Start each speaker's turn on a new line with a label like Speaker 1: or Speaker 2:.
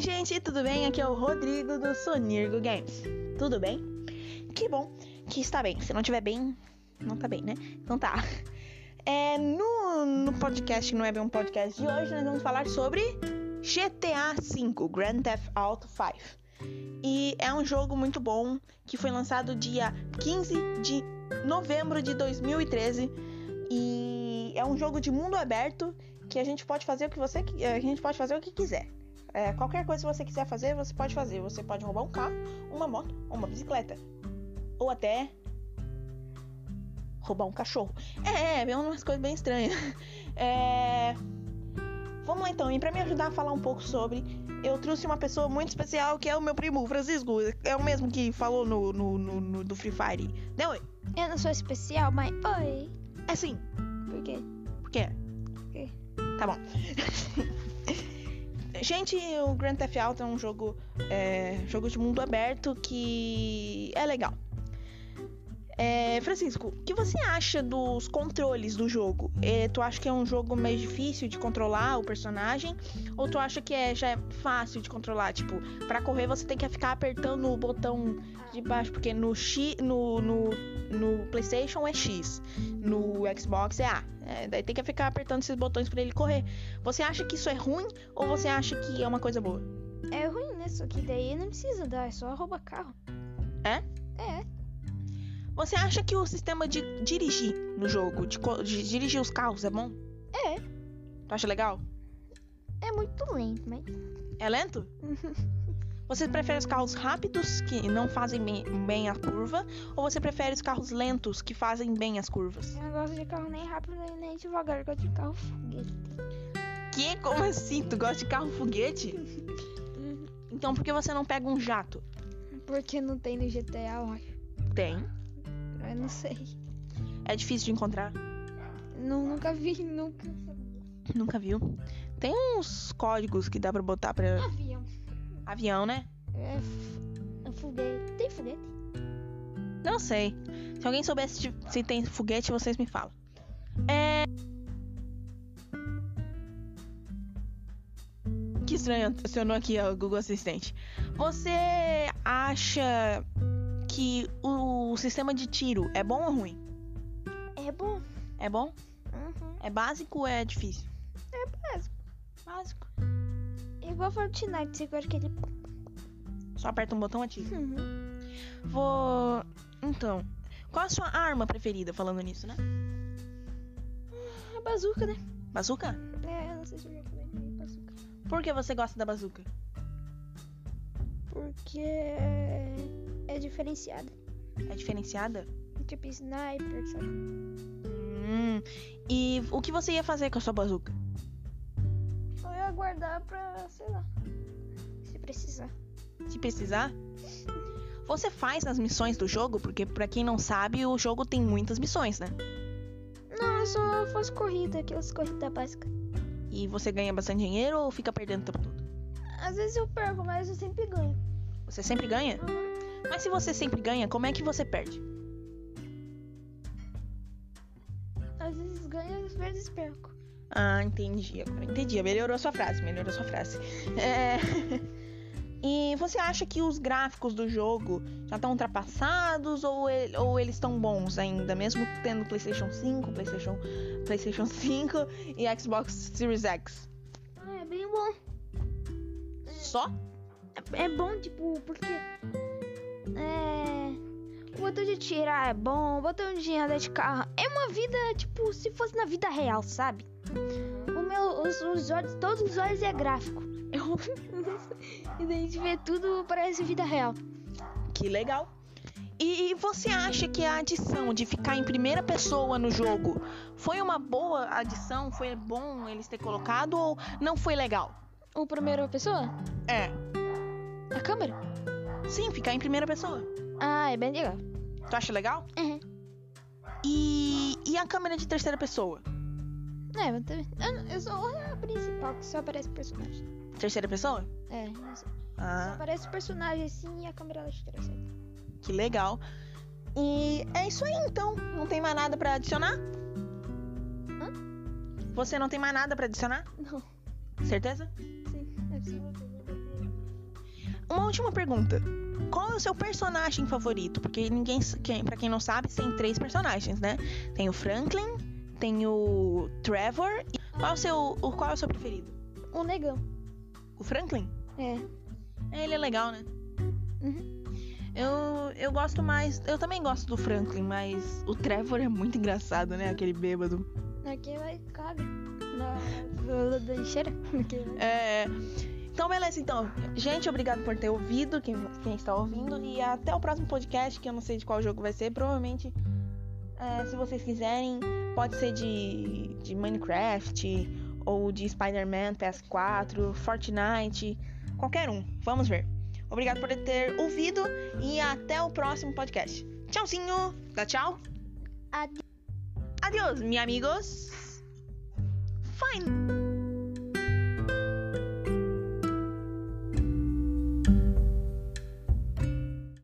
Speaker 1: gente, tudo bem? Aqui é o Rodrigo do Sonirgo Games. Tudo bem? Que bom que está bem. Se não estiver bem, não tá bem, né? Então tá. É, no, no podcast, que não é bem um podcast de hoje, nós vamos falar sobre GTA V, Grand Theft Auto V. E é um jogo muito bom que foi lançado dia 15 de novembro de 2013 e é um jogo de mundo aberto que a gente pode fazer o que você que a gente pode fazer o que quiser. É, qualquer coisa que você quiser fazer, você pode fazer. Você pode roubar um carro, uma moto, uma bicicleta. Ou até roubar um cachorro. É, é, é umas coisas bem estranhas. É... Vamos lá então, e para me ajudar a falar um pouco sobre, eu trouxe uma pessoa muito especial que é o meu primo, o Francisco. É o mesmo que falou no, no, no, no do Free Fire. é Dê oi.
Speaker 2: Eu não sou especial, mas oi.
Speaker 1: É sim.
Speaker 2: Por quê?
Speaker 1: Por quê?
Speaker 2: Por quê?
Speaker 1: Tá bom. Gente, o Grand Theft Auto é um jogo, é, jogo de mundo aberto que é legal. É, Francisco, o que você acha dos controles do jogo? É, tu acha que é um jogo mais difícil de controlar o personagem? Ou tu acha que é, já é fácil de controlar? Tipo, para correr você tem que ficar apertando o botão de baixo, porque no, X, no, no, no PlayStation é X, no Xbox é A. É, daí tem que ficar apertando esses botões para ele correr. Você acha que isso é ruim ou você acha que é uma coisa boa?
Speaker 2: É ruim, né? Só que daí não precisa andar, é só roubar carro.
Speaker 1: É?
Speaker 2: É.
Speaker 1: Você acha que o sistema de dirigir no jogo, de, co- de dirigir os carros, é bom?
Speaker 2: É.
Speaker 1: Tu acha legal?
Speaker 2: É muito lento, mas.
Speaker 1: É lento? Você prefere os carros rápidos que não fazem bem, bem a curva? Ou você prefere os carros lentos que fazem bem as curvas?
Speaker 2: Eu não gosto de carro nem rápido nem devagar, eu gosto de carro foguete.
Speaker 1: Que? Como assim? Tu gosta de carro foguete? Então por que você não pega um jato?
Speaker 2: Porque não tem no GTA, eu acho.
Speaker 1: Tem.
Speaker 2: Eu não sei.
Speaker 1: É difícil de encontrar.
Speaker 2: Nu- nunca vi, nunca.
Speaker 1: Nunca viu. Tem uns códigos que dá pra botar pra
Speaker 2: Avião.
Speaker 1: avião, né?
Speaker 2: É. f- Foguete. Tem foguete?
Speaker 1: Não sei. Se alguém soubesse de- se tem foguete, vocês me falam. É. Que estranho, acionou aqui ó, o Google Assistente. Você acha que o sistema de tiro é bom ou ruim?
Speaker 2: É bom.
Speaker 1: É bom?
Speaker 2: Uhum.
Speaker 1: É básico ou é difícil?
Speaker 2: É básico.
Speaker 1: Básico.
Speaker 2: Igual Fortnite, você gosta aquele.
Speaker 1: Só aperta um botão e atira.
Speaker 2: Uhum.
Speaker 1: Vou. Então. Qual a sua arma preferida falando nisso, né?
Speaker 2: A bazuca, né?
Speaker 1: Bazuca?
Speaker 2: É, eu não sei se eu já falei mas bazuca.
Speaker 1: Por que você gosta da bazuca?
Speaker 2: Porque é- é diferenciada.
Speaker 1: É diferenciada?
Speaker 2: Tipo sniper, sabe?
Speaker 1: Hum, e o que você ia fazer com a sua bazuca?
Speaker 2: Ou eu aguardar pra, sei lá. Se precisar.
Speaker 1: Se precisar? Você faz as missões do jogo? Porque, pra quem não sabe, o jogo tem muitas missões, né?
Speaker 2: Não, eu só faço corrida, aquelas corridas básicas.
Speaker 1: E você ganha bastante dinheiro ou fica perdendo o tempo todo?
Speaker 2: Às vezes eu perco, mas eu sempre ganho.
Speaker 1: Você sempre ganha? Mas se você sempre ganha, como é que você perde?
Speaker 2: Às vezes ganho, às vezes perco.
Speaker 1: Ah, entendi. Agora entendi. Melhorou sua frase, melhorou sua frase. É... E você acha que os gráficos do jogo já estão ultrapassados ou, e- ou eles estão bons ainda, mesmo tendo PlayStation 5, PlayStation, PlayStation 5 e Xbox Series X?
Speaker 2: Ah, é bem bom.
Speaker 1: Só?
Speaker 2: É bom, tipo, porque. É. O botão de tirar é bom, o botão de andar de carro. É uma vida, tipo, se fosse na vida real, sabe? O meu, os, os olhos, todos os olhos é gráfico. Eu, e daí de ver tudo parece vida real.
Speaker 1: Que legal. E você acha que a adição de ficar em primeira pessoa no jogo foi uma boa adição? Foi bom eles ter colocado ou não foi legal?
Speaker 2: O primeira pessoa?
Speaker 1: É.
Speaker 2: A câmera?
Speaker 1: Sim, ficar em primeira pessoa.
Speaker 2: Ah, é bem legal.
Speaker 1: Tu acha legal?
Speaker 2: Uhum.
Speaker 1: E, e a câmera de terceira pessoa?
Speaker 2: É, eu também. Eu, não- eu sou a principal, que só aparece personagem.
Speaker 1: Terceira pessoa?
Speaker 2: É, eu sou- só
Speaker 1: Ah,
Speaker 2: aparece personagem assim e a câmera lá de trás. sabe?
Speaker 1: que legal. E é isso aí então. Não tem mais nada pra adicionar?
Speaker 2: Hã?
Speaker 1: Você não tem mais nada pra adicionar?
Speaker 2: Não.
Speaker 1: Certeza?
Speaker 2: Sim, é possível.
Speaker 1: última pergunta. Qual é o seu personagem favorito? Porque ninguém, quem, para quem não sabe, tem três personagens, né? Tem o Franklin, tem o Trevor. E qual é o seu, o- qual é o seu preferido?
Speaker 2: O negão.
Speaker 1: O Franklin?
Speaker 2: É.
Speaker 1: É, Ele é legal, né?
Speaker 2: Uhum.
Speaker 1: Eu, eu gosto mais. Eu também gosto do Franklin, mas o Trevor é muito engraçado, né? Aquele bêbado.
Speaker 2: Aqui vai caga. Na da lixeira. Aqui vai.
Speaker 1: É. Então, beleza, então. Gente, obrigado por ter ouvido, quem, quem está ouvindo. E até o próximo podcast, que eu não sei de qual jogo vai ser. Provavelmente, é, se vocês quiserem, pode ser de, de Minecraft, ou de Spider-Man PS4, Fortnite, qualquer um. Vamos ver. Obrigado por ter ouvido e até o próximo podcast. Tchauzinho! Dá tchau!
Speaker 2: Adi-
Speaker 1: Adiós, mi amigos! Fine!